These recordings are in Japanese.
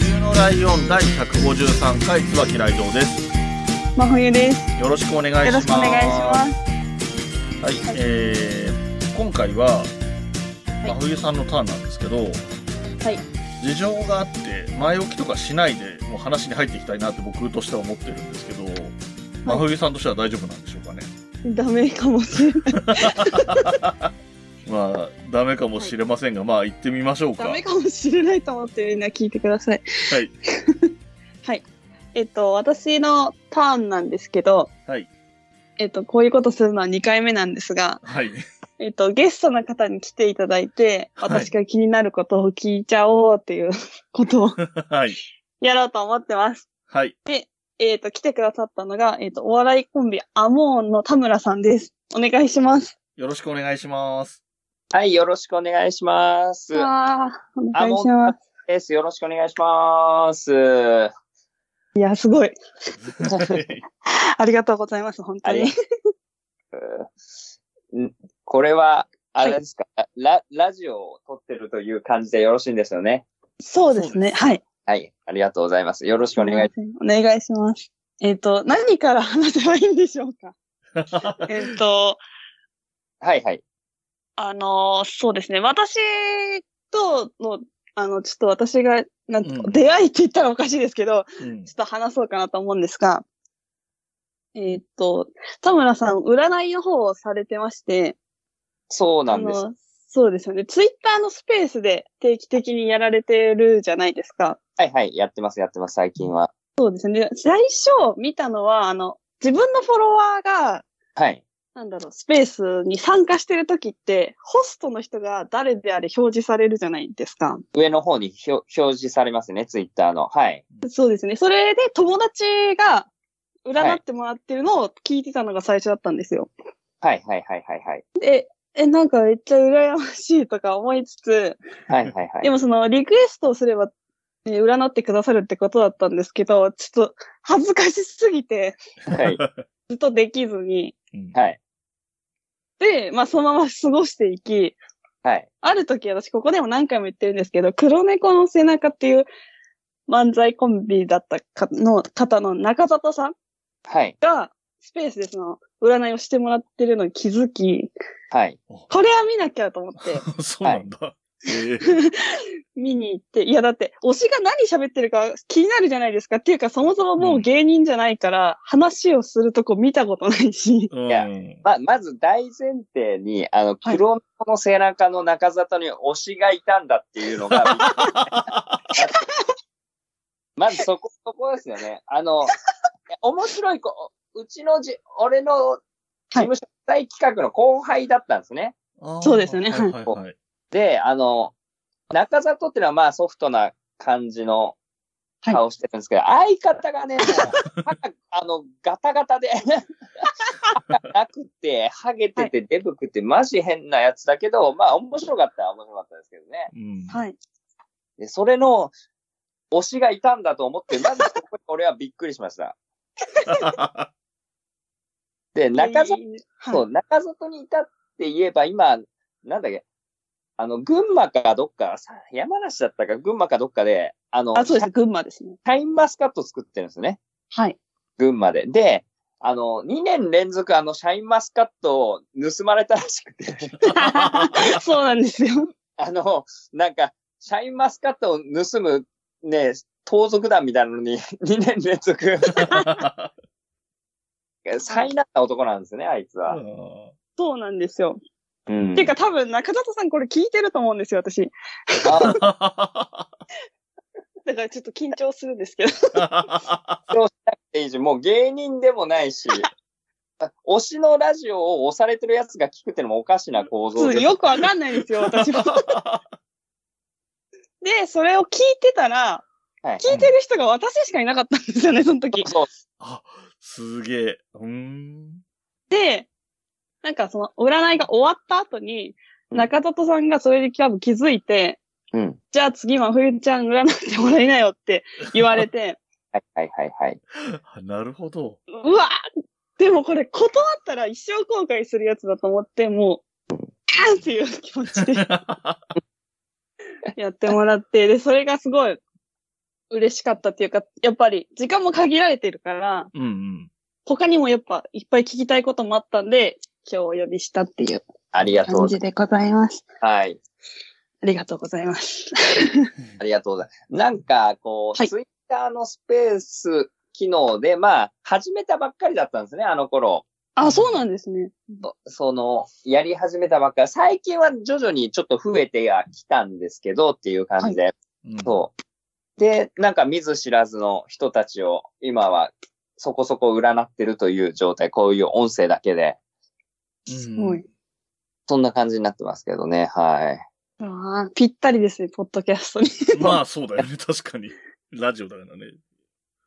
冬のライオン第153回椿ライドウです。真冬です。よろしくお願いします。す。す。はい、えー、今回は、い真冬さんのターンなんですけど、はい。事情があって前置きとかしないでもう話に入っていきたいなって僕としては思ってるんですけど、真冬さんとしては大丈夫なんでしょうかね。 ダメかもしれない。まあダメかもしれませんが、まあ行ってみましょうか。ダはメい。かもしれないと思ってみんな聞いてください。えっと、私のターンなんですけど、はい。えっと、こういうことするのは2回目なんですが、はい。えっと、ゲストの方に来ていただいて、はい私が気になることを聞いちゃおうっていうことをはい。やろうと思ってます。はい。えっと、来てくださったのが、えっと、お笑いコンビアモーンの田村さんです。お願いします。よろしくお願いします。 はい、よろしくお願いします。あーおあ願いします。です。よろしくお願いします。いや、すごい。はい ありがとうございます、本当あに り。んこれは、あれですか、ラ、ラジオを撮ってるという感じでよろしいんですよね。そうですね。はい。はい、ありがとうございます。よろしくお願いしお願いします。えっ、と、何から話せばいいんでしょうか えっと、ます。はい、はい。あのーそうですね。私との、あの、ちょっと私が、なんうん出会いって言ったらおかしいですけど、うんちょっと話そうかなと思うんですが、えっ、と、田村さん、占いの方をされてまして、そうなんですあ。の、そうですよね。ツイッターのスペースで定期的にやられてるじゃないですか。はい、はい。やってます、やってます、最近は。そうですね。最初見たのは、あの、自分のフォロワーが、はい。なんだろう、スペースに参加してるときって、ホストの人が誰であれ表示されるじゃないですか。上の方にひょ表示されますね、ツイッターの。はい。そうですね。それで友達が占ってもらってるのを聞いてたのが最初だったんですよ。はい、はい、はい、はい、はい。え、なんかめっちゃ羨ましいとか思いつつ、はい、はい、はでい。もそのリクエストをすれば、ね、占ってくださるってことだったんですけど、ちょっと恥ずかしすぎて、はい。ずっとできずに。うんはい。で、まあそのまま過ごしていき、はい。ある時私ここでも何回も言ってるんですけど、黒猫の背中っていう漫才コンビだったかの方の中里さんはい。が、スペースでその、占いをしてもらってるのに気づき、はい。これは見なきゃと思って、 そうなんだ。ええ見に行って、いやだって、推しが何喋ってるか気になるじゃないですか。っていうか、そもそももう芸人じゃないから、話をするとこ見たことないし、うんいやま、まず大前提に、あの、はい黒猫の背中の中里に推しがいたんだっていうのが、 まずそこ、そこですよね。あの、いや面白い子、うちのじ、俺の事務所大企画の後輩だったんですね。あーそうですよねはいはいはい。で、あの、中里ってのはまあソフトな感じのはい顔してるんですけど、相方がね、もう歯が あの、ガタガタで、 歯がなくて、ハゲてて、デブくて、マジ変なやつだけど、まあ面白かったは面白かったですけどね。うんはい。で、それの推しがいたんだと思って、まずそこに俺はびっくりしました。で、中里、はいそう、中里にいたって言えば、今、なんだっけ、あの、群馬かどっか、さ山梨だったか、群馬かどっかで、あの、あ、そうです。群馬ですね。シャインマスカット作ってるんですね。はい。群馬で。で、あの、2年連続あの、シャインマスカットを盗まれたらしく て、 そうなんですよ。あの、なんか、シャインマスカットを盗む、ね、盗賊団みたいなのに、2年 連続、災難な男なんですね、あいつは。そうなんですよ。うんっていうか多分中里さんこれ聞いてると思うんですよ、私。あだからちょっと緊張するんですけど。そうしなくていいし、もう芸人でもな いし、推しのラジオを押されてるやつが聞くってのもおかしな構そ造うで。よくわかんないですよ、私も。で、で、それを聞いてたら、はい。聞いてる人が私しかいなかったんですよね、その時。そう。 すげえ。うーん。で、なんかその占いが終わった後に、中里さんがそれで多分気づいて、うん。じゃあ次は冬ちゃん占ってもらいなよって言われて、はいはいはいはい。あなるほど。 うわでもこれ断ったら一生後悔するやつだと思って、もう、あーっていう気持ちで やってもらって、で、それがすごい嬉しかったっていうか、やっぱり時間も限られてるから、うんうん。他にもやっぱいっぱい聞きたいこともあったんで、今日お呼びしたっていうありがとう感ござじいでございます。ます。はい。ありがとうございます。ありがとうございます。なんか、こう、はいツイッターのスペース機能で、まあ、始めたばっかりだったんですね、あの頃。あ、そうなんですね。その、やり始めたばっかり。最近は徐々にちょっと増えてはきたんですけど、っていう感じで。うんそう。で、なんか見ず知らずの人たちを、今はそこそこ占ってるという状態、こういう音声だけで、うんすごい。そんな感じになってますけどね、はい。ああ、ぴったりですね、ポッドキャストに。まあそうだよね、確かに。ラジオだからね。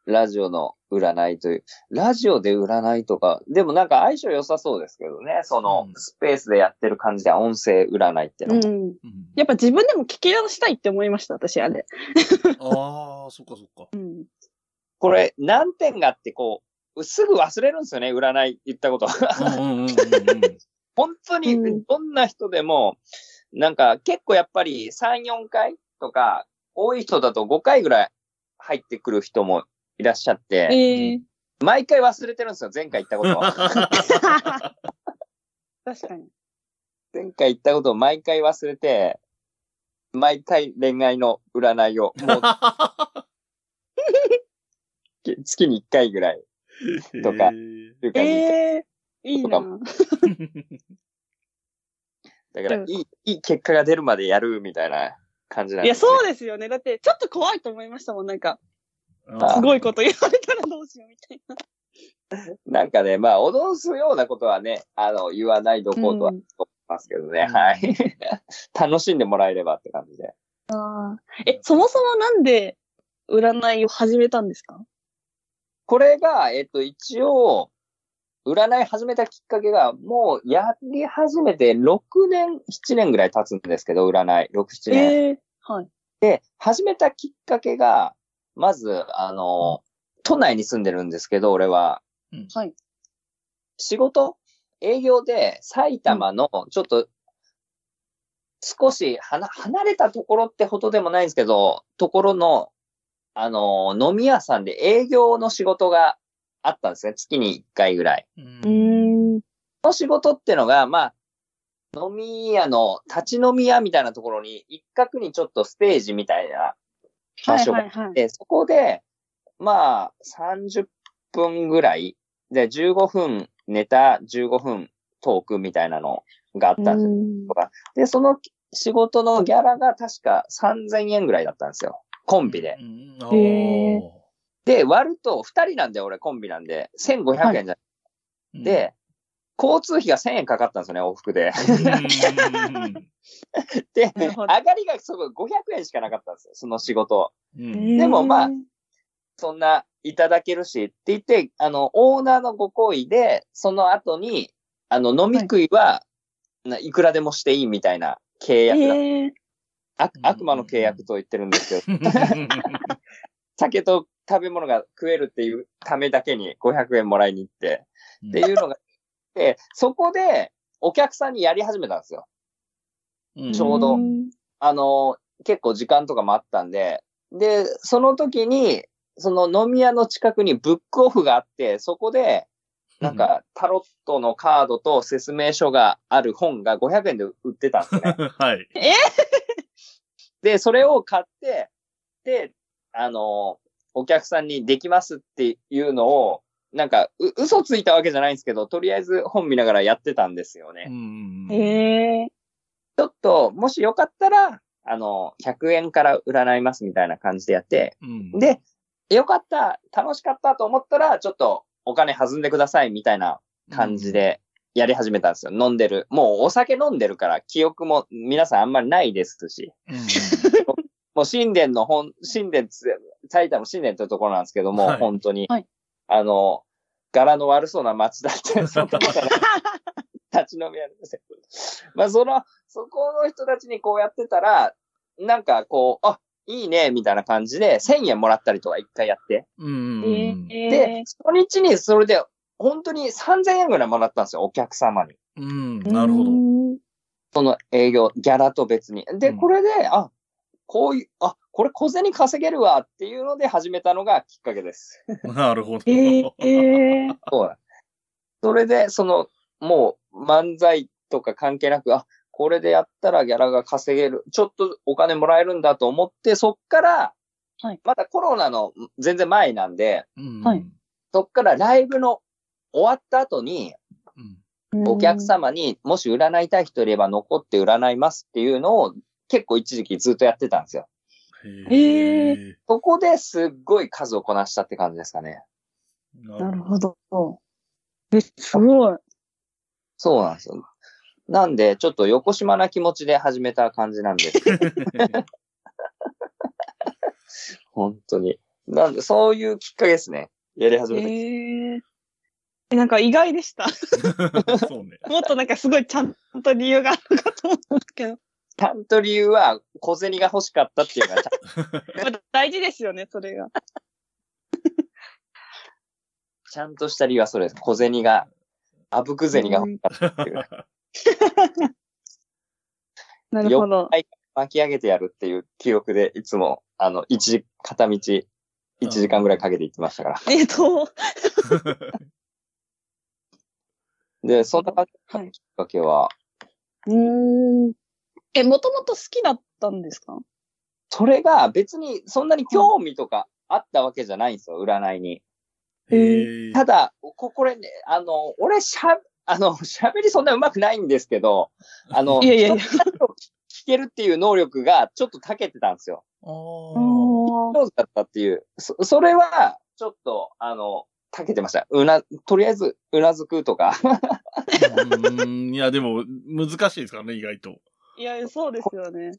ラジオの占いという。ラジオで占いとか、でもなんか相性良さそうですけどね。そのうん、スペースでやってる感じで音声占いってのも。うん。うんやっぱ自分でも聞き出したいって思いました、私、あれ。ああ、そっかそっか。うん。これ、難点があって、こう、すぐ忘れるんですよね、占い言ったこと。うんうんうんうんうん。本当うんに、どんな人でも、なんか結構やっぱり3、4回とか、多い人だと5回ぐらい入ってくる人もいらっしゃって、ええ。毎回忘れてるんですよ、前回言ったことを。 確かに。前回言ったことを毎回忘れて、毎回恋愛の占いを、もう月月に1回ぐらい、とかへーという え感じえ。いいな。だから、いい、いい結果が出るまでやるみたいな感じなんいでや、す、ね。そうですよね。だって、ちょっと怖いと思いましたもん、なんか。あすごいこと言われたらどうしようみたいな。なんかね、まあ、脅すようなことはね、あの、言わないどこうとはうん思いますけどね、うんはい。 楽しんでもらえればって感じで。え、そもそもなんで占いを始めたんですかこれが、えっと、一応、占い始めたきっかけが、もうやり始めて6年、7年ぐらい経つんですけど、占い、6、7年。ええ。はい。で、始めたきっかけが、まず、あの、都内に住んでるんですけど、俺は。うんはい。仕事営業で埼玉の、ちょっと、少しはな離れたところってほどでもないんですけど、ところの、あの、飲み屋さんで営業の仕事があったんですね。月に1回ぐらい。ううん。ん。この仕事ってのが、まあ、飲み屋の、立ち飲み屋みたいなところに、一角にちょっとステージみたいな場はい所がはいはい。で、そこで、まあ、30分ぐらい、で、15分ネタ、15分トークみたいなのがあったんですよ。うんで、その仕事のギャラが確か3000円ぐらいだったんですよ。コンビで。うんあへーで、割ると、2人なんで俺コンビなんで、1500円じゃなくー、て、交通費が1000円かかったんですよね、往復 で。うんうんで、な上るほどがりがすごい500円しかなかったんですよ、その仕事。うんうん。でもまあ、そんな、いただけるしって言って、あの、オーナーのご好意で、その後に、あの、飲み食いは、ないくらでもしていいみたいな契約だ、ええ悪悪魔の契約と言ってるんですけど、 酒と食べ物が食えるっていうためだけに500円もらいに行って、っていうのが、で、そこで、お客さんにやり始めたんですよ。うんちょうどんあの、結構時間とかもあったんで、で、その時に、その飲み屋の近くにブックオフがあって、そこで、なん、か、タロットのカードと説明書がある本が500円で売ってたんですね。 はい。で、それを買って、で、あの、お客さんにできますっていうのを、なんか、う嘘ついたわけじゃないんですけど、とりあえず本見ながらやってたんですよね。うんええちょっと、もしよかったら、あの、100円から占いますみたいな感じでやって、うん、で、よかった、楽しかったと思ったら、ちょっとお金弾んでくださいみたいな感じでやり始めたんですよ。飲んでる。もうお酒飲んでるから記憶も皆さんあんまりないですし、うん、もう神殿の本、神殿つ、埼玉神殿というところなんですけども、はい本当に、はいあの、柄の悪そうな町だったんですよ 立ち飲み屋ですよ。まあ、その、そこの人たちにこうやってたら、なんかこう、あ、いいね、みたいな感じで、1000円もらったりとか一回やって。うんうんえうん。ーで、初日にそれで、本当に3000円ぐらいもらったんですよ、お客様に。うん、なるほどう。んその営業、ギャラと別に。で、うんこれで、あ、こういう、あ、これ小銭稼げるわっていうので始めたのがきっか けです。なるほど。えーえーそうだそれで、その、もう漫才とか関係なく、あ、これでやったらギャラが稼げる。ちょっとお金もらえるんだと思って、そっから、はいまだコロナの全然前なんで、うんはい。そっからライブの終わった後に、うんお客様にもし占いたい人いれば残って占いますっていうのを結構一時期ずっとやってたんですよ。へへえ。そこですっごい数をこなしたって感じですかね。ななるるほほど。え、すごい。そうなんですよ。なんで、ちょっと横島な気持ちで始めた感じな んですけど、ど。本当に。なんで、そういうきっかけですね。やり始めたきっかけ。えーえ、なんか意外でした。 そうね。もっとなんかすごいちゃんと理由があるかと思ったけど。ちゃんと理由は小銭が欲しかったっていうのがちゃん と、まあ大事ですよね、それが。ちゃんとした理由はそれです。小銭が、あぶく銭が欲しかったっていう。なるほど。巻き上げてやるっていう記憶で、いつも、あの、一時、片道、1時間ぐらいかけて行ってましたから。えっと、で、そんな感じはのいきっかけは、うーん。え、もともと好きだったんですかそれが別にそんなに興味とかあったわけじゃないんですよ、占いに。へえ。ただ、ここれね、あの、俺しゃ、あの、喋りそんな上手くないんですけ ど、あの、いやいやいや人の話を聞けるっていう能力がちょっと長けてたんですよ。あーおー上手だったっていう。そ、それは、ちょっと、あの、長けてました。うな、とりあえず、うなずくとか。 うんいや、でも、難しいですからね、意外と。いや、そうですよね。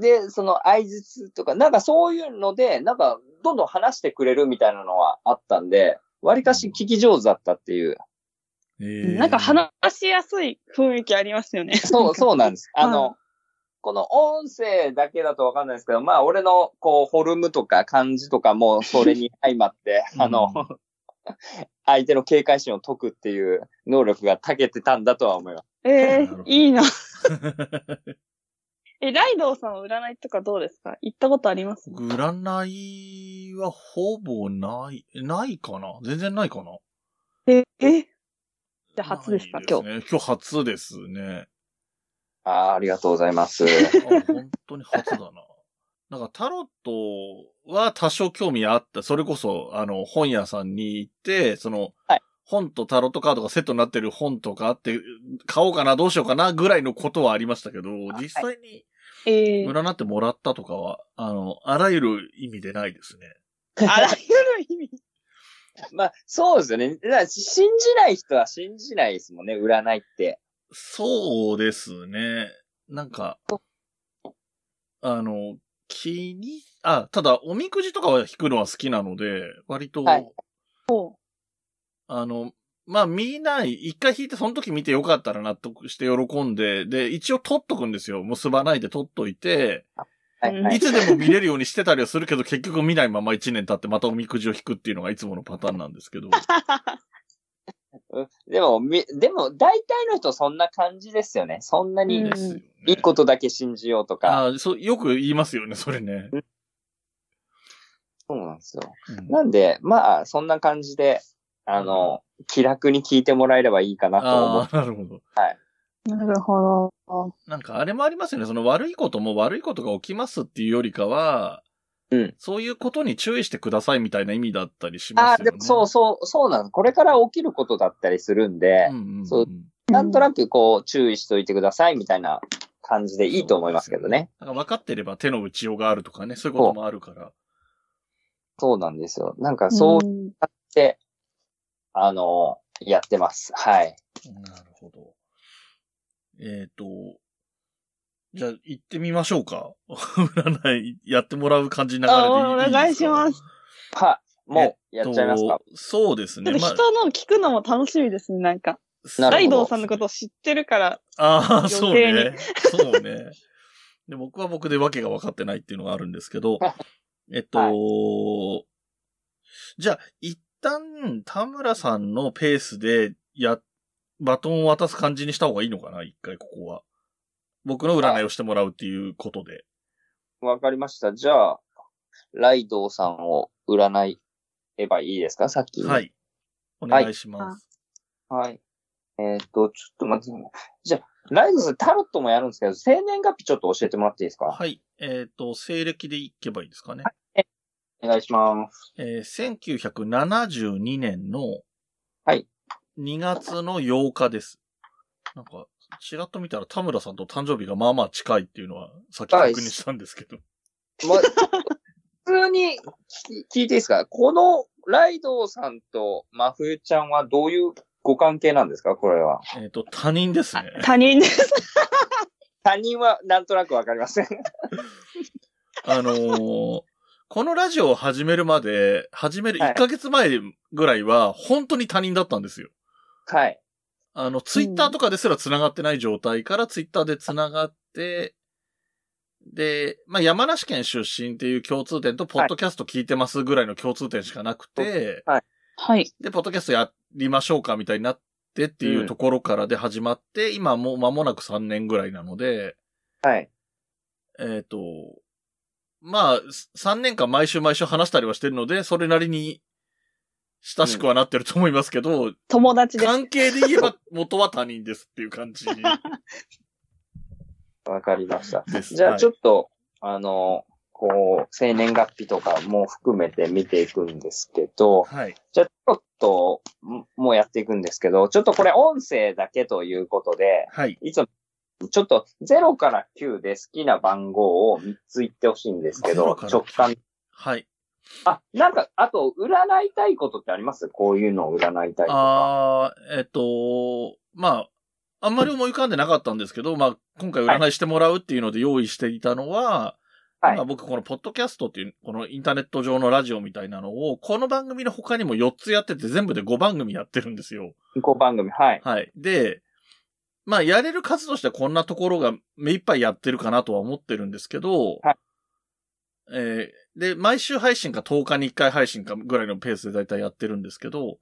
で、その相槌とか、なんかそういうので、なんか、どんどん話してくれるみたいなのはあったんで、割かし聞き上手だったっていう。へーなんか話しやすい雰囲気ありますよね。そう、そうなんです。はいあの、この音声だけだとわかんないですけど、まあ、俺の、こう、フォルムとか感じとかも、それに相まって、うんあの、相手の警戒心を解くっていう能力が長けてたんだとは思います。えなるほーど、いいな。え、ライドウさんは占いとかどうですか行ったことあります僕、占いはほぼない、ないかな全然ないかなえ、えじゃあ初ですか、今日。日。今日初ですね。ああー、ありがとうございます。あ本当に初だな。 なんかタロットは多少興味あった。それこそ、あの、本屋さんに行って、その、はい本とタロットカードがセットになってる本とかあって、買おうかな、どうしようかな、ぐらいのことはありましたけど、実際にええ占ってもらったとかは、あの、あらゆる意味でないですね。あらゆる意味。 まあ、そうですよね。だから信じない人は信じないですもんね、占いって。そうですね。なんか、あの、気に、あ、ただ、おみくじとかは引くのは好きなので、割と、はいほあの、まあ見ない、一回引いてその時見てよかったら納得して喜んで、で、一応取っとくんですよ。結ばないで取っといて、はい、はいい。つでも見れるようにしてたりはするけど、結局見ないまま一年経ってまたおみくじを引くっていうのがいつものパターンなんですけど。うんでも、みでも、大体の人そんな感じですよね。そんなに、うんですよね。いいことだけ信じようとか。あそう、よく言いますよね、それね。そうなんですよ。うんなんで、まあ、そんな感じで、あの、気楽に聞いてもらえればいいかなと思うあ。あ、なるほど。う。なるほど。なんかあれもありますよね。その悪いことも悪いことが起きますっていうよりかは、うんそういうことに注意してくださいみたいな意味だったりしあまあ、すよね。でもそうそう、そうなんです。これから起きることだったりするんで、んんんそうなんとなくこう、注意しといてくださいみたいな感じでいいと思いますけどね。なんか分かってれば手の打ちようがあるとかね、そういうこともあるから。そうなんですよ。なんかくそうやっんて、あの、やってます。はい。なるほど。えっ、と、じゃあ、行ってみましょうか。 占い、やってもらう感じに流れでいあい。お願いしますす。は、もう、やっちゃいますか。とそうですちょね。っとまあ人の聞くのも楽しみですね、なんか。ラなるほどイドウさんのことを知ってるから。ああ、そう余ね。そうね。で、僕は僕で訳が分かってないっていうのがあるんですけど、えっと、はじゃあ、一旦、田村さんのペースで、や、バトンを渡す感じにした方がいいのかな一回ここは。僕の占いをしてもらうっていうことで。わかりました。じゃあ、ライドウさんを占いえばいいですかさっき。はい。お願いします。はい。えーっと、ちょっと待って。じゃあ、ライドウさん、タロットもやるんですけど、生年月日ちょっと教えてもらっていいですか、はい。えっ、と、西暦でいけばいいですかね。お願いします。えー1972年の、はい。 2月の8日です。なんか、ちらっと見たら田村さんと誕生日がまあまあ近いっていうのは、さっき確認したんですけど。ま、ちょっと 普通に聞聞いていいですかこのライドウさんと真冬ちゃんはどういうご関係なんですかこれは。えっ、と、他人 ですね。他人です。他人はなんとなくわかりません。あのーこのラジオを始めるまで、始めるはい1ヶ月前ぐらいは、本当に他人だったんですよ。 はい。あの、ツイッターとかですら繋がってない状態からツイッターで繋がって、で、まあ、山梨県出身っていう共通点と、ポッドキャスト聞いてますぐらいの共通点しかなくて、はい。で、ポッドキャストやりましょうかみたいになってっていうところからで始まって、今もう間もなく3年ぐらいなので、はい。えっ、と、まあ、3年間毎週毎週話したりはしてるので、それなりに親しくはなってると思いますけど、友達です。関係で言えば元は他人ですっていう感 じわかりました。です。じゃあちょっっと、あの、こう、生年月日とかも含めて見ていくんですけど、はい。じゃあちょっと、ももうやっていくんですけど、ちょっとこれ音声だけということで、はい。いつも、ちょっと0から9で好きな番号を3つ言ってほしいんですけ0どから、9直感。はい。あ、なんか、あと、占いたいことってありますこういうのを占いたいとか。あーえっ、と、まあ、あんまり思い浮かんでなかったんですけど、まあ、今回占いしてもらうっていうので用意していたのは、はい今。僕このポッドキャストっていう、このインターネット上のラジオみたいなのを、この番組の他にも4つやってて、全部で5番組やってるんですよ。こう番組、はい。はい。で、まあ、やれる数としてはこんなところが目いっぱいやってるかなとは思ってるんですけど、はいえーで、毎週配信か10日に1回配信かぐらいのペースで大体やってるんですけど、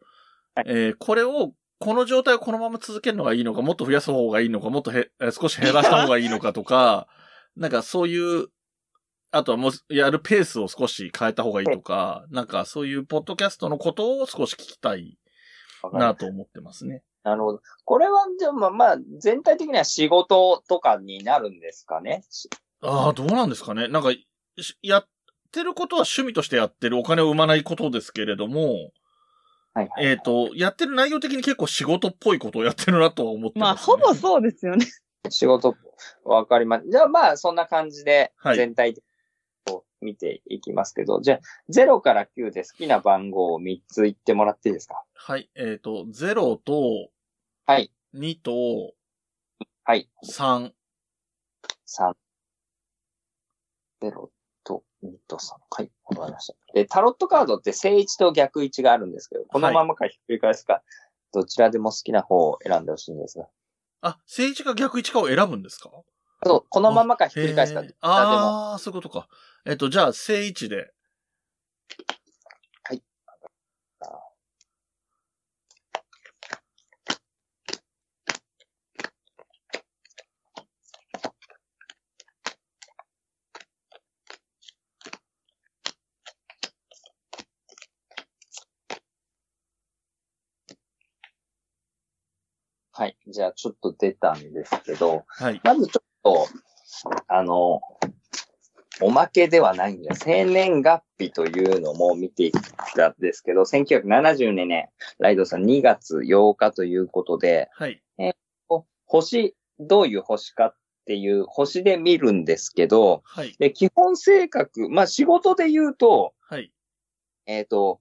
はいえーこれを、この状態をこのまま続けるのがいいのか、もっと増やす方がいいのか、もっとへ、えー少し減らした方がいいのかとか、 なんかそういう、あとはもう、やるペースを少し変えた方がいいとか、なんかそういうポッドキャストのことを少し聞きたいわかりまなしたと思ってますね。なるほど。これは、でもまあ、まあ、全体的には仕事とかになるんですかね。しああ、どうなんですかね。なんか、しやってることは趣味としてやってるお金を生まないことですけれども、はい、はい。えっ、と、やってる内容的に結構仕事っぽいことをやってるなとは思ってまあ、ます、ほね。ぼそうですよね。仕事、わかります。じゃあまあ、そんな感じでは、い全体的にこう見ていきますけど、じゃあ、0から9で好きな番号を3つ言ってもらっていいですかはい。えっ、と、0と、はい。 2と、はい。 3。 3。0と2と3。はい。わかりました。で、タロットカードって正位置と逆位置があるんですけど、このままかひっくり返すか、どちらでも好きな方を選んでほしいんですが。あ、政治か逆位置かを選ぶんですかそう、このままかひっくり返すか、へどーちらでも。ああ、そういうことか。えっ、と、じゃあ、正位置で。はい。じゃあ、ちょっと出たんですけど、はい。まずちょっと、あの、おまけではないんで、生年月日というのも見ていったんですけど、1972年、ライドさん2月8日ということで、はい。お星、どういう星かっていう星で見るんですけど、はい。で基本性格、まあ仕事で言うと、はい。えっ、と、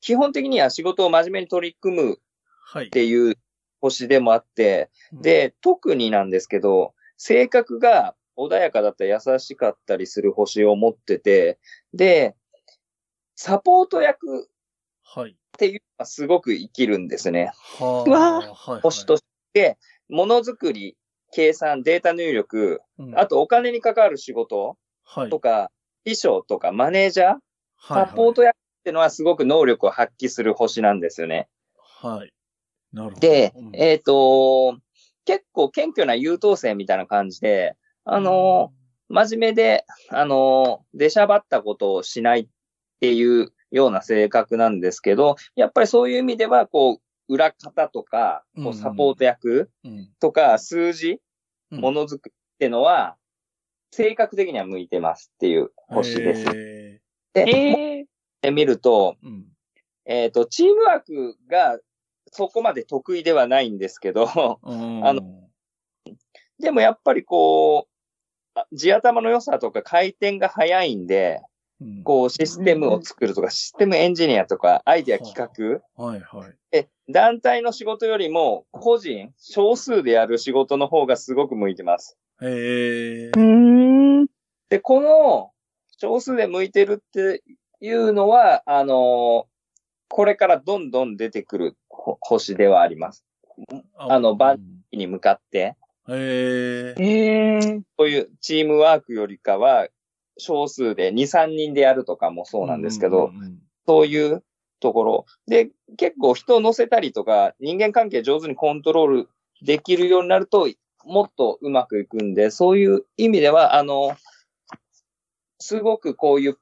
基本的には仕事を真面目に取り組むはいっ。ていう星でもあって、で、特になんですけど、性格が穏やかだったり優しかったりする星を持ってて、で、サポート役はい。っていうのがすごく生きるんですね。はうわあ。はい。星として、ものづくり、計算、データ入力、うんあとお金に関わる仕事はい。とか、秘書とかマネージャー、はいサポート役ってのはすごく能力を発揮する星なんですよね。はい。なるほど。でうん、えっ、と、結構謙虚な優等生みたいな感じで、あの、真面目で、あの、出しゃばったことをしないっていうような性格なんですけど、やっぱりそういう意味では、こう、裏方とか、こうんうサポート役うん、とか、数字、うんものづくりってのは、性格的には向いてますっていう星です。えで、ええで見ると、ーうん。えっ、と、チームワークがそこまで得意ではないんですけど、 ああの、でもやっぱりこう、あ地頭の良さとか回転が早いんで、うんこうシステムを作るとか、システムエンジニアとか、アイデア企画、はいはい。え、団体の仕事よりも、個人、少数でやる仕事の方がすごく向いてます。えうーん。で、この、少数で向いてるっていうのは、あのこれからどんどん出てくるほ星ではあります。あのばに向かって、えええそういうチームワークよりかは、少数で2、3人でやるとかもそうなんですけど、、うんうんうんそういうところ。で、結構人を乗せたりとか、人間関係上手にコントロールできるようになると、もっとうまくいくんで、そういう意味では、あの、すごくこういう、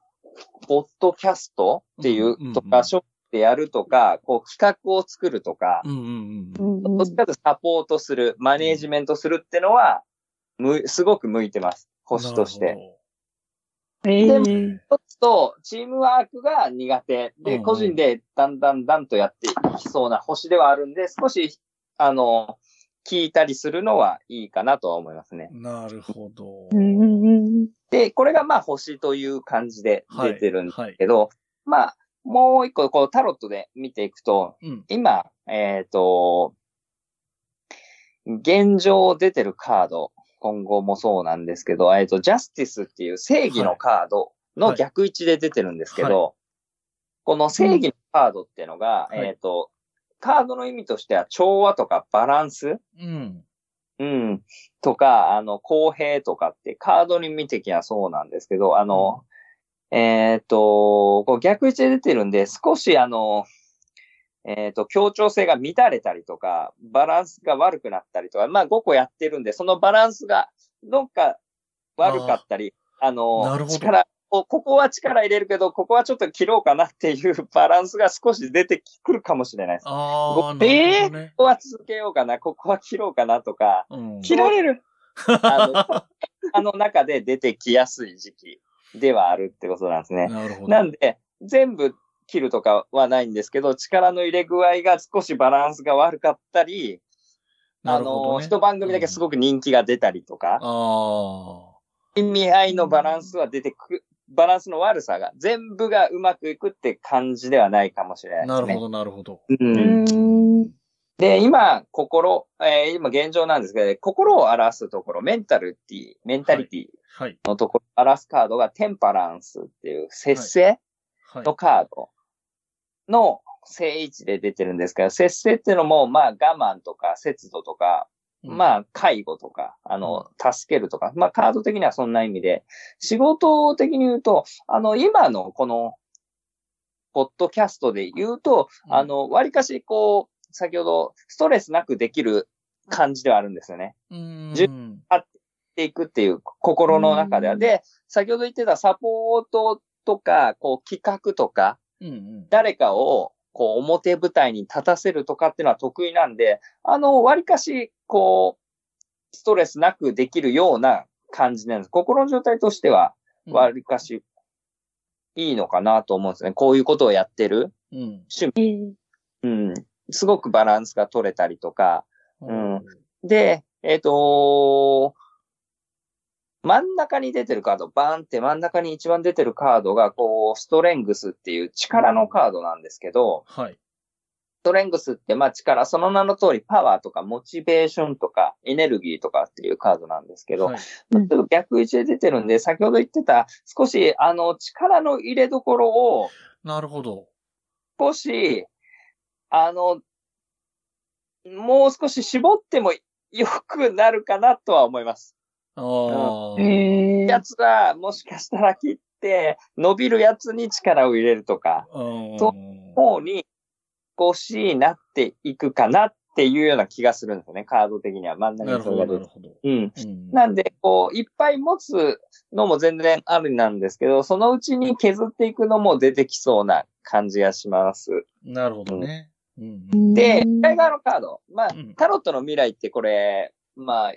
ポッドキャストっていうんうんうんうとか、ショップでやるとか、こう企画を作るとか、うんうんう。うんんどっちかというとサポートする、マネージメントするってのは、む、すごく向いてます。星としなてる。えでえほもど。ちょっと、チームワークが苦手。うんうで、ん個人でだんだんだんとやっていきそうな星ではあるんで、少し、あの、聞いたりするのはいいかなとは思いますね。なるほど。うんうんうんで、これがまあ星という感じで出てるんですはい。けど、まあ、もう一個、こう、タロットで見ていくと、うん。今、えっ、と、現状出てるカード、今後もそうなんですけど、えっ、と、ジャスティスっていう正義のカードはのい逆位置で出てるんですけど、はこの正義のカードっていうのが、はいえっ、と、カードの意味としては調和とかバランス、うん。うん、とか、あの、公平とかってカードに見てきはそうなんですけど、あの、えっ、と、こう逆位置で出てるんで、少しあの、えっ、と、協調性が乱れたりとか、バランスが悪くなったりとか、まあ5個やってるんで、そのバランスがどっか悪かったり、あなるの、ほど力を、ここは力入れるけど、ここはちょっと切ろうかなっていう バランスが少し出てくるかもしれないです。こああ、なるほどえね。こは続けようかな、ここは切ろうかなとか、うん切られる。あの、あの中で出てきやすい時期ではあるってことなんですね。なるほど。なんで、全部切るとかはないんですけど、力の入れ具合が少しバランスが悪かったり、なあるほどの、ね一番組だけすごく人気が出たりとか、あ意味合いのバランスは出てく、バランスの悪さが、全部がうまくいくって感じではないかもしれなあ、いでなするね。ほど、なるほど。うんうーんで、今、心、えー今現状なんですけど、心を表すところ、メンタルティ、メンタリティはい。のところ、アラスカードがテンパランスっていう節制はい。のカードの正位置で出てるんですけど、節制っていうのも、まあ我慢とか節度とあ、か、まあ介護とか、あの、助けるとか、まあカード的にはそんな意味で、仕事的に言うと、あの、今のこの、ポッドキャストで言うと、うんあの、割かしこう、先ほどストレスなくできる感じではあるんですよね。うん。じゅっていくっていう心の中では。うんで、先ほど言ってたサポートとか、こう企画とか、うんうん。誰かをこう表舞台に立たせるとかっていうのは得意なんで、あの、割かし、こう、ストレスなくできるような感じなんです。心の状態としては、うん割かし、いいのかなと思うんですね。こういうことをやってる。うん。ええうん。すごくバランスが取れたりとか、うんで、えっ、と真ん中に出てるカード、バーンって真ん中に一番出てるカードが、こう、ストレングスっていう力のカードなんですけど、はい。ストレングスって、まあ力、その名の通りパワーとかモチベーションとかエネルギーとかっていうカードなんですけど、はいまあちょっと逆位置で出てるんで、先ほど言ってた少しあの力の入れどころをなるほど。少し、あの、もう少し絞っても良くなるかなとは思います。ああ。えやつはもしかしたら切って伸びるやつに力を入れるとか、うんと方に少しなっていくかなっていうような気がするんですよね、カード的には。真ん中なるにそれほど、がなる出て。ほど。うん。うんなんで、こう、いっぱい持つのも全然ありなんですけど、そのうちに削っていくのも出てきそうな感じがします。なるほどね。うんで、左側のカード。まあうん、タロットの未来ってこれ、まあ、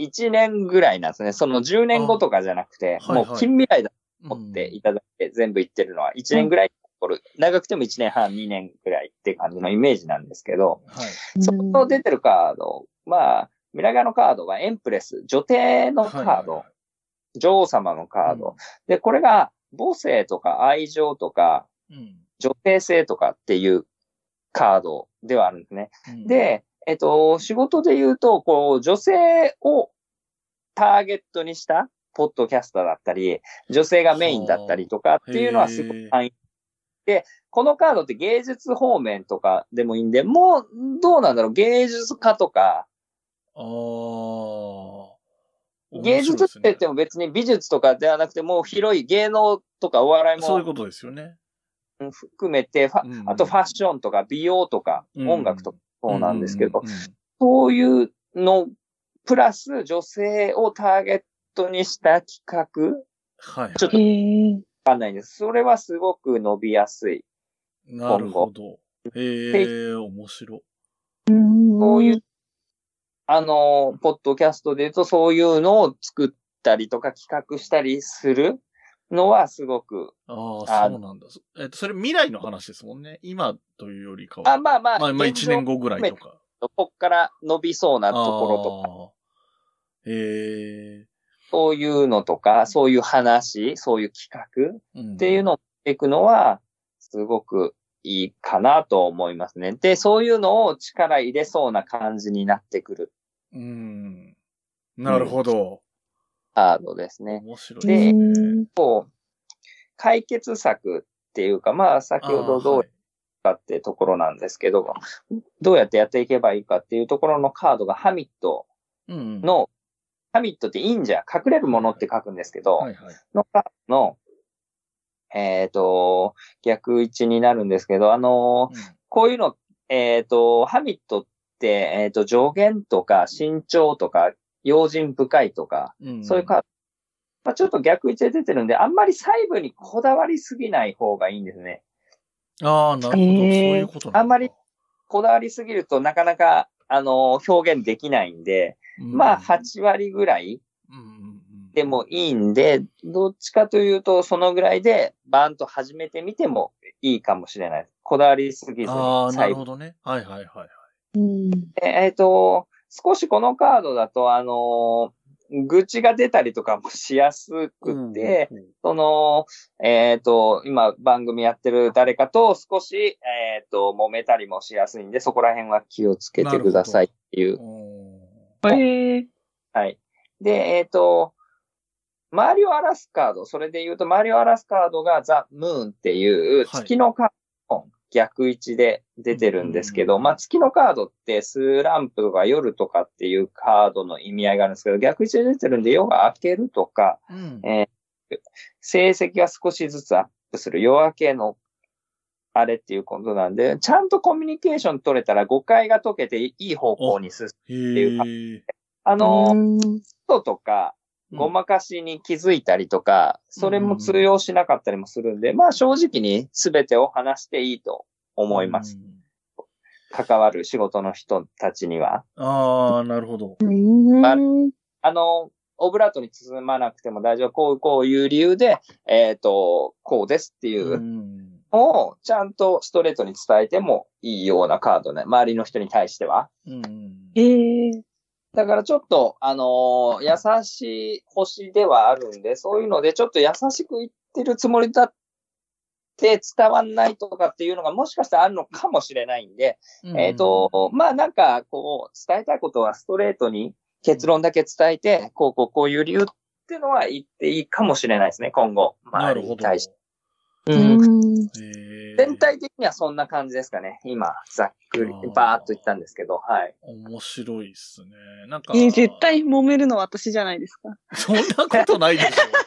1年ぐらいなんですね。その10年後とかじゃなくて、あはいもはいう近未来だうとん思っていただいて、全部言ってるのは1年ぐらい起こる。長くても1年半、2年ぐらいって感じのイメージなんですけど、はい。そこの出てるカード、まあ、未来側のカードはエンプレス、女帝のカーはいド、女王様のカード。で、これが母性とか愛情とか、うん。女帝性とかっていうカードではあるんですね。うん、で、えっと、仕事で言うと、こう、女性をターゲットにしたポッドキャスターだったり、女性がメインだったりとかっていうのはすごへーい範囲。で、このカードって芸術方面とかでもいいんで、もう、どうなんだろう、芸術家とか、ああ。芸術って言っても別に美術とかではなくて、もう広い芸能とかお笑いそういうこもとですよね。うん含めて、ファうんあとファッションとか美容とかうん音楽とかそうなんですけどう、んうそういうの、プラス女性をターゲットにした企画んはい。ちょっとえー、わかんないです。それはすごく伸びやすい。なるほど。ええ、面白い。そそういう、あの、ポッドキャストで言うとそういうのを作ったりとか企画したりするのはすごく、ああ、あそうなんだ。そえっと、それ未来の話ですもんね。今というよりかは。あ、まあまあ、まあ、まあ、一年後。後ぐらいとか。こっから伸びそうなところとか。か、ええそういうのとか、そういう話、そういう企画ー。っっていうの。のを持っていくのは、すごくいいかなと思いますね。で、そういうのを力入れそうな感じになってくるうん。なるほど。カードですね。面白いでですね。こう、解決策っていうか、まあ、先ほどどうやったってところなんですけど、どうやってやっていけばいいかっていうところのカードがハミットのの、ハミットって忍者、隠れるものって書くんですけど、はいはい。のカードの、えっ、と、逆位置になるんですけど、あのーこういうの、えっ、と、ハミットって、えっ、と、上限とか身長とか、用心深いとか、うんそういうカード。まあ、ちょっと逆位置で出てるんで、あんまり細部にこだわりすぎない方がいいんですね。ああ、なるほど。そうえーいうことなんだあんまり、こだわりすぎるとなかなか、あの、表現できないんで、まあ、は8割ぐらいでも、もいいんで、どっちかというと、そのぐらいで、バーンと始めてみてもいいかもしれない。こだわりすぎずに。ああ、なる細部ほどね。はいはいはい。うん。ええっ、と、少しこのカードだと、あのー愚痴が出たりとかもしやすくて、うん、その、えっ、と、今番組やってる誰かと少し、えっ、と、揉めたりもしやすいんで、そこら辺は気をつけてくださいっていう。えー、はい。で、えっ、と、周りを荒らすカード、それで言うと周りを荒らすカードがザ・ムーンっていうはい月のカードの逆位置で出てるんですけど、うんまあ月のカードってスランプとか夜とかっていうカードの意味合いがあるんですけど、逆位置で出てるんで夜が明けるとか、うんえ成績が少しずつアップする夜明けのあれっていうことなんで、ちゃんとコミュニケーション取れたら誤解が解けていい方向に進へむ。いうかーあのー、うん人とか、うんごまかしに気づいたりとか、それも通用しなかったりもするんで、まあ正直に全てを話していいと思います。。うん関わる仕事の人たちには。ああ、なるほど。うん。あの、オブラートに包まなくても大丈夫。こう、こういう理由で、えっ、と、こうですっていううんのを、ちゃんとストレートに伝えてもいいようなカードね。周りの人に対しては。うんえー、だからちょっと、あのー優しい星ではあるんで、そういうので、ちょっと優しく言ってるつもりだて伝わんないとかっていうのがもしかしたらあるのかもしれないんで、えっ、と、まあなんかこう、伝えたいことはストレートに結論だけ伝えて、こうこうこういう理由っていうのは言っていいかもしれないですね、今後。なる周りほにど。対して。うんうん。えー全体的にはそんな感じですかね。今、ざっくりあー、ばーっと言ったんですけど、はい。面白いっすね。なんか。えー絶対揉めるの私じゃないですか。そんなことないでしょ。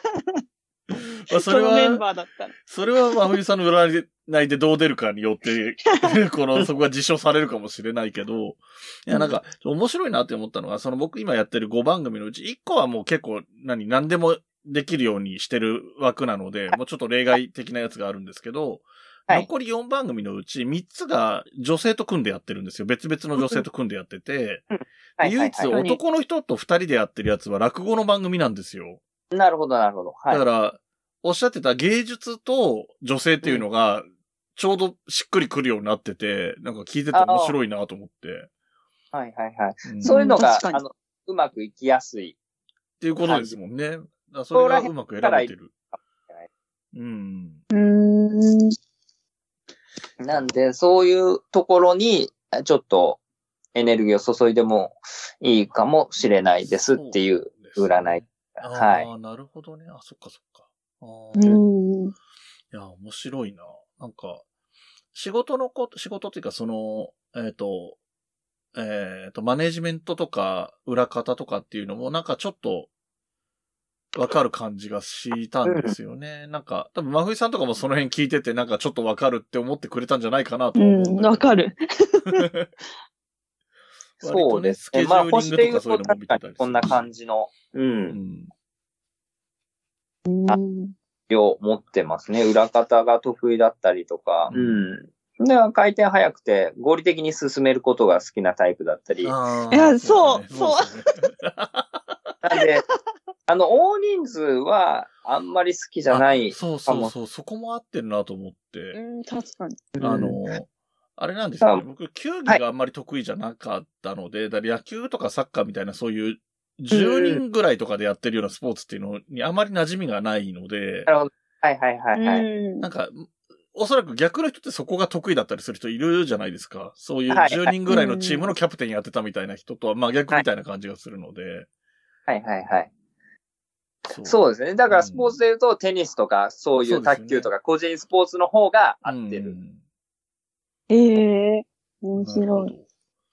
まあ、それのメンは、バーだったら。それは真冬さんの占いでどう出るかによって、この、そこが自称されるかもしれないけど、いや、なんか、面白いなって思ったのが、その僕今やってる5番組のうち1個はもう結構、何、何でもできるようにしてる枠なので、もうちょっと例外的なやつがあるんですけど、はい残り4番組のうち3つが女性と組んでやってるんですよ。別々の女性と組んでやってて、はいは唯い、一は男の人と2人でやってるやつは落語の番組なんですよ。い。なるほど、なるほど。はい。だから、おっしゃってた芸術と女性っていうのが、ちょうどしっくりくるようになってて、なんか聞いてて面白いなと思って。はいはいはい。うんそういうのが、確かにあの、うまくいきやすい。っていうことですもんね。だからそれがうまく選べてるらへ。うん。うーん。なんで、そういうところに、ちょっとエネルギーを注いでもいいかもしれないですっていう占い。は。はいい。ああ、なるほどね。あ、そっかそっか。あうーん。いや、面白いな。なんか、仕事のこと、仕事っていうか、その、えっ、と、えっ、と、マネジメントとか、裏方とかっていうのも、なんかちょっと、わかる感じがしたんですよね。なんか、多分、真冬さんとかもその辺聞いてて、なんかちょっとわかるって思ってくれたんじゃないかなとう思うんんだけど。わかる。割とねそうですスケね。ジュまーあ、リン星でグ言とかうそういうのとも見て確たりかするにこんな感じの、う、うんん。うん量持ってますね。裏方が得意だったりとか、うん。で、回転早くて、合理的に進めることが好きなタイプだったり。あーいやそうそうですねですねなんで、 あの、大人数はあんまり好きじゃないあ。そうそうそう、そこも合ってるなと思って。うん、確かに。あの、あれなんですよね。あ僕、球技があんまり得意じゃなかったので、だから野球とかサッカーみたいなそういう10人ぐらいとかでやってるようなスポーツっていうのにあまり馴染みがないのでな、るほど。はいはいはいはい。うんなんか、おそらく逆の人ってそこが得意だったりする人いるじゃないですか。そういうはい10人ぐらいのチームのキャプテンやってたみたいな人とは、まあ逆みたいな感じがするので。はいはいはい。そそうですね。うだかんらスポーツで言うと、テニスとか、そういそううですね卓球とか、個人スポーツの方が合ってうる。んええ面白。ないるほど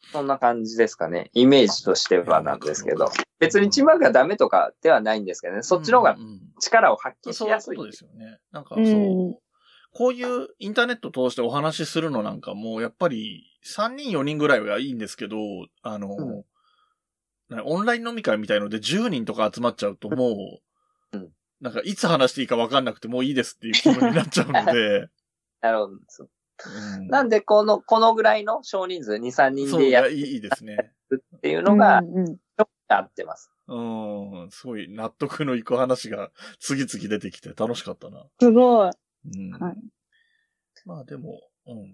そんな感じですかね。イメージとしてはなんですけなるどほど。別にチームワークがダメとかではないんですけどね。そっちの方がうんうんうん力を発揮しそういうやこすい。とですよね。なんか、そうう、ん。こういうインターネット通してお話しするのなんかも、やっぱり3人4人ぐらいはいいんですけど、あの、うんなオンライン飲み会みたいので10人とか集まっちゃうともう、うんなんかいつ話していいかわかんなくてもういいですっていう気分になっちゃうの で、なるほど。うんなんで、この、このぐらいの少人数、2、3人そうでいややるいいいいですね。っていうのがう、んうん合ってます。うん、すごい納得のいく話が次々出てきて楽しかったな。すごい。うんはいまあでも、うん。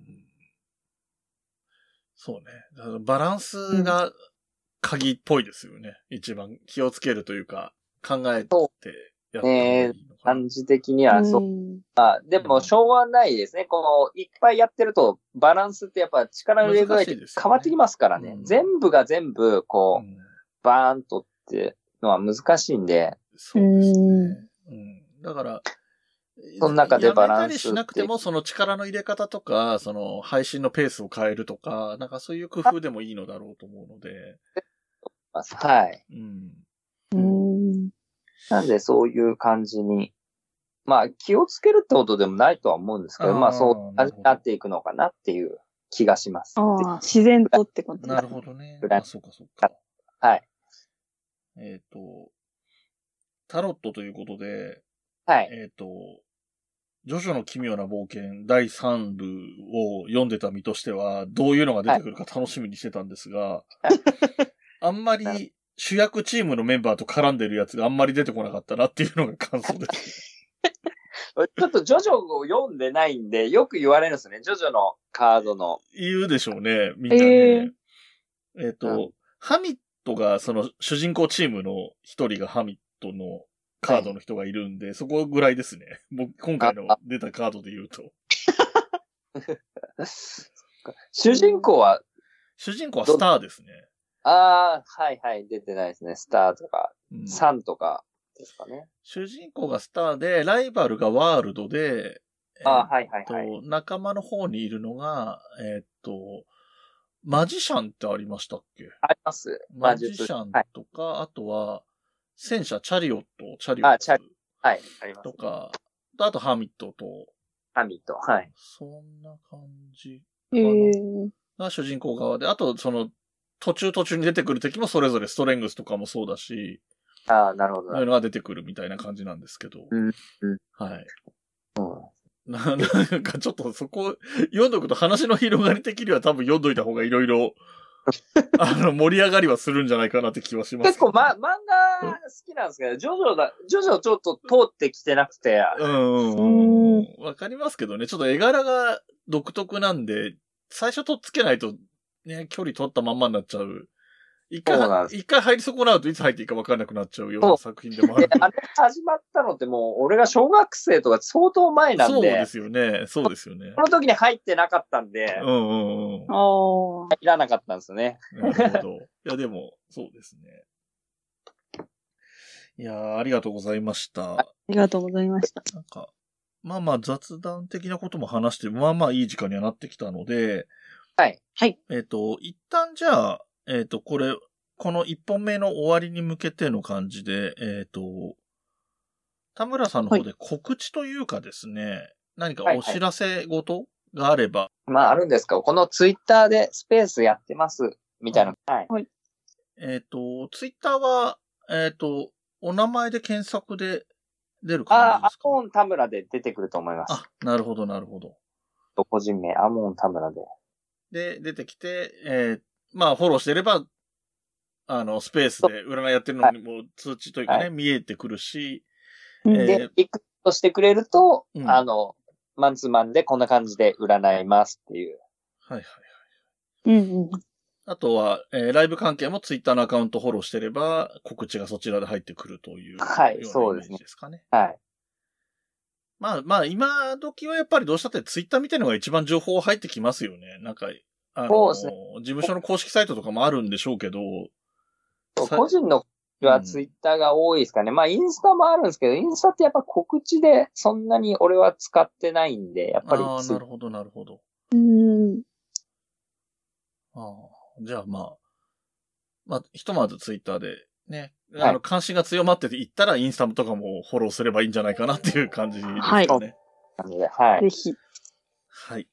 そうね。だからバランスが鍵っぽいですよね。一番気をつけるというか、考えてやった方がいいのかな。感じ的には、そううんあ、でも、しょうがないですね。この、いっぱいやってると、バランスってやっぱ力の入れ具合っ難てしいですよね変わってきますからね。うん全部が全部、こう、うんバーンとってのは難しいんで、そうですね。うん。だから、その中でバランやスめたりしなくても、その力の入れ方とか、その配信のペースを変えるとか、なんかそういう工夫でもいいのだろうと思うので、はい。うん。うん。なんで、そういう感じに。まあ、気をつけるってことでもないとは思うんですけど、あーまあ、そう感じになっていくのかなっていう気がします。ああ、自然とってことなるほどね。裏あ、そうかそうか。はい。えっ、と、タロットということで、はい。えっ、と、ジョジョの奇妙な冒険第3部を読んでた身としては、どういうのが出てくるか楽しみにしてたんですが、あんまなり主役チームのメンバーと絡んでるやつがあんまり出てこなかったなっていうのが感想です。ちょっと、ジョジョを読んでないんで、よく言われるんですね。ジョジョのカードの。言うでしょうね、みんなね。ええっ、と、うんハミットが、その主人公チームの一人がハミットのカードの人がいるんで、そこぐらいですね。僕、今回の出たカードで言うと。主人公は、主人公はスターですね。ああ、はいはい、出てないですね。スターとか、うんサンとかですかね。主人公がスターで、ライバルがワールドで、ああ、えはいはいっと、はい。仲間の方にいるのが、えっと、マジシャンってありましたっけあります。マジシャンはい。とか、あとは、戦車、チャリオット、チャリオあッチャトはい、ありますと。か、あとハミットと、ハミット。はい。そんな感じえー、が主人公側で、あとその、途中途中に出てくる敵もそれぞれストレングスとかもそうだし、ああ、なるほどそういうなるのが出てくるみたいな感じなんですけど。うんうんはい。ほど。うんな、なんかちょっとそこ、読んどくと話の広がり的には多分読んどいた方がいろい ろ、あの、盛り上がりはするんじゃないかなって気はします。結構、ま、漫画好きなんですけど、ジョジョだ、ジョジョちょっと通ってきてなくて、うんうんうん。わかりますけどね、ちょっと絵柄が独特なんで、最初とっつけないと、ね、距離取ったまんまになっちゃう。一回そうなん、です一回入り損なうといつ入っていいかわかんなくなっちゃうような作品でもあでる。 あれ始まったのってもう、俺が小学生とか相当前なそんうでで、すよね。そうですよねこ。の時に入ってなかったんでうん、うんうん。ああ。入らなかったんですよね。なるほ ど。いや、でも、そうですね。いやーありがとうございました。ありがとうございました。なんか、まあまあ雑談的なことも話して、まあまあいい時間にはなってきたので、はい。はい。えっ、と、一旦じゃあ、えっ、と、これ、この一本目の終わりに向けての感じで、えっ、と、田村さんの方で告知というかですね、何かお知らせ事があれば、まあ、あるんですかこのツイッターでスペースやってます、みたいな。はい。えっ、と、ツイッターは、えっ、と、お名前で検索で出る感あじあ、でアすかモン田村で出てくると思います。あ、なるほど、なるほど。個人名、アモン田村で。で、出てきて、えーまあ、フォローしてれば、あの、スペースで占いやってるのにも通知というかね、はい見えてくるし、うんえーで、リクエストしてくれると、うんあの、マンツーマンでこんな感じで占いますっていう。はいはい。うんうん。あとは、えーライブ関係もツイッターのアカウントフォローしてれば、告知がそちらで入ってくるという、はいよそうなイでメすーねジですかね。はい。まあまあ、今時はやっぱりどうしたってツイッター見てるのが一番情報入ってきますよね。なんか、あのそうですね事務所の公式サイトとかもあるんでしょうけど、さ個人のはツイッターが多いですかね。まあ、インスタもあるんですけど、インスタってやっぱ告知でそんなに俺は使ってないんで、やっぱりああ、ツイなるほど、なるほど。うん。ああ、じゃあまあ、まあ、ひとまずツイッターでね、はいあの、関心が強まってて言ったらインスタとかもフォローすればいいんじゃないかなっていう感じですね。はいなので、はい。ぜひ。。はい。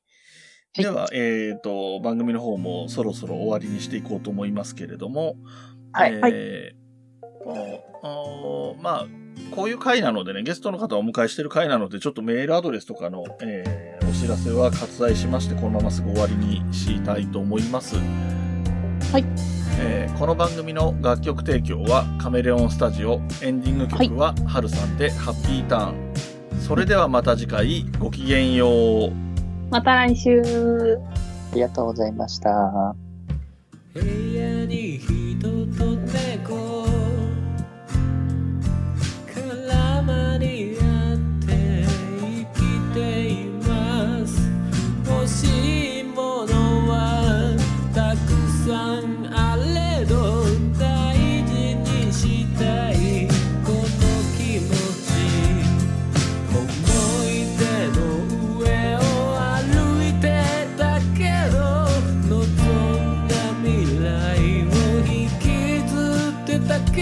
では、えっ、と、番組の方もそろそろ終わりにしていこうと思いますけれども、はいえーおおまあ、こういう回なのでね、ゲストの方をお迎えしてる回なので、ちょっとメールアドレスとかの、えーお知らせは割愛しまして、このまますぐ終わりにしたいと思います。はいえーこの番組の楽曲提供はカメレオンスタジオ、エンディング曲はハルさんでハッピーターン。それではまた次回、ごきげんよう。また来週。ありがとうございました。部屋に人と猫絡まり合って生きています欲しいものはたくさんあれど大事にしたいこの気持ち思い出の上を歩いてたけど望んだ未来を引きずってたけ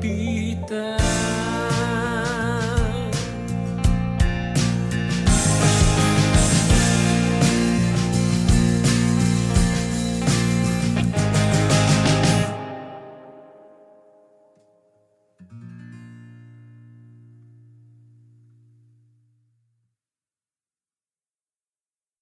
ピーター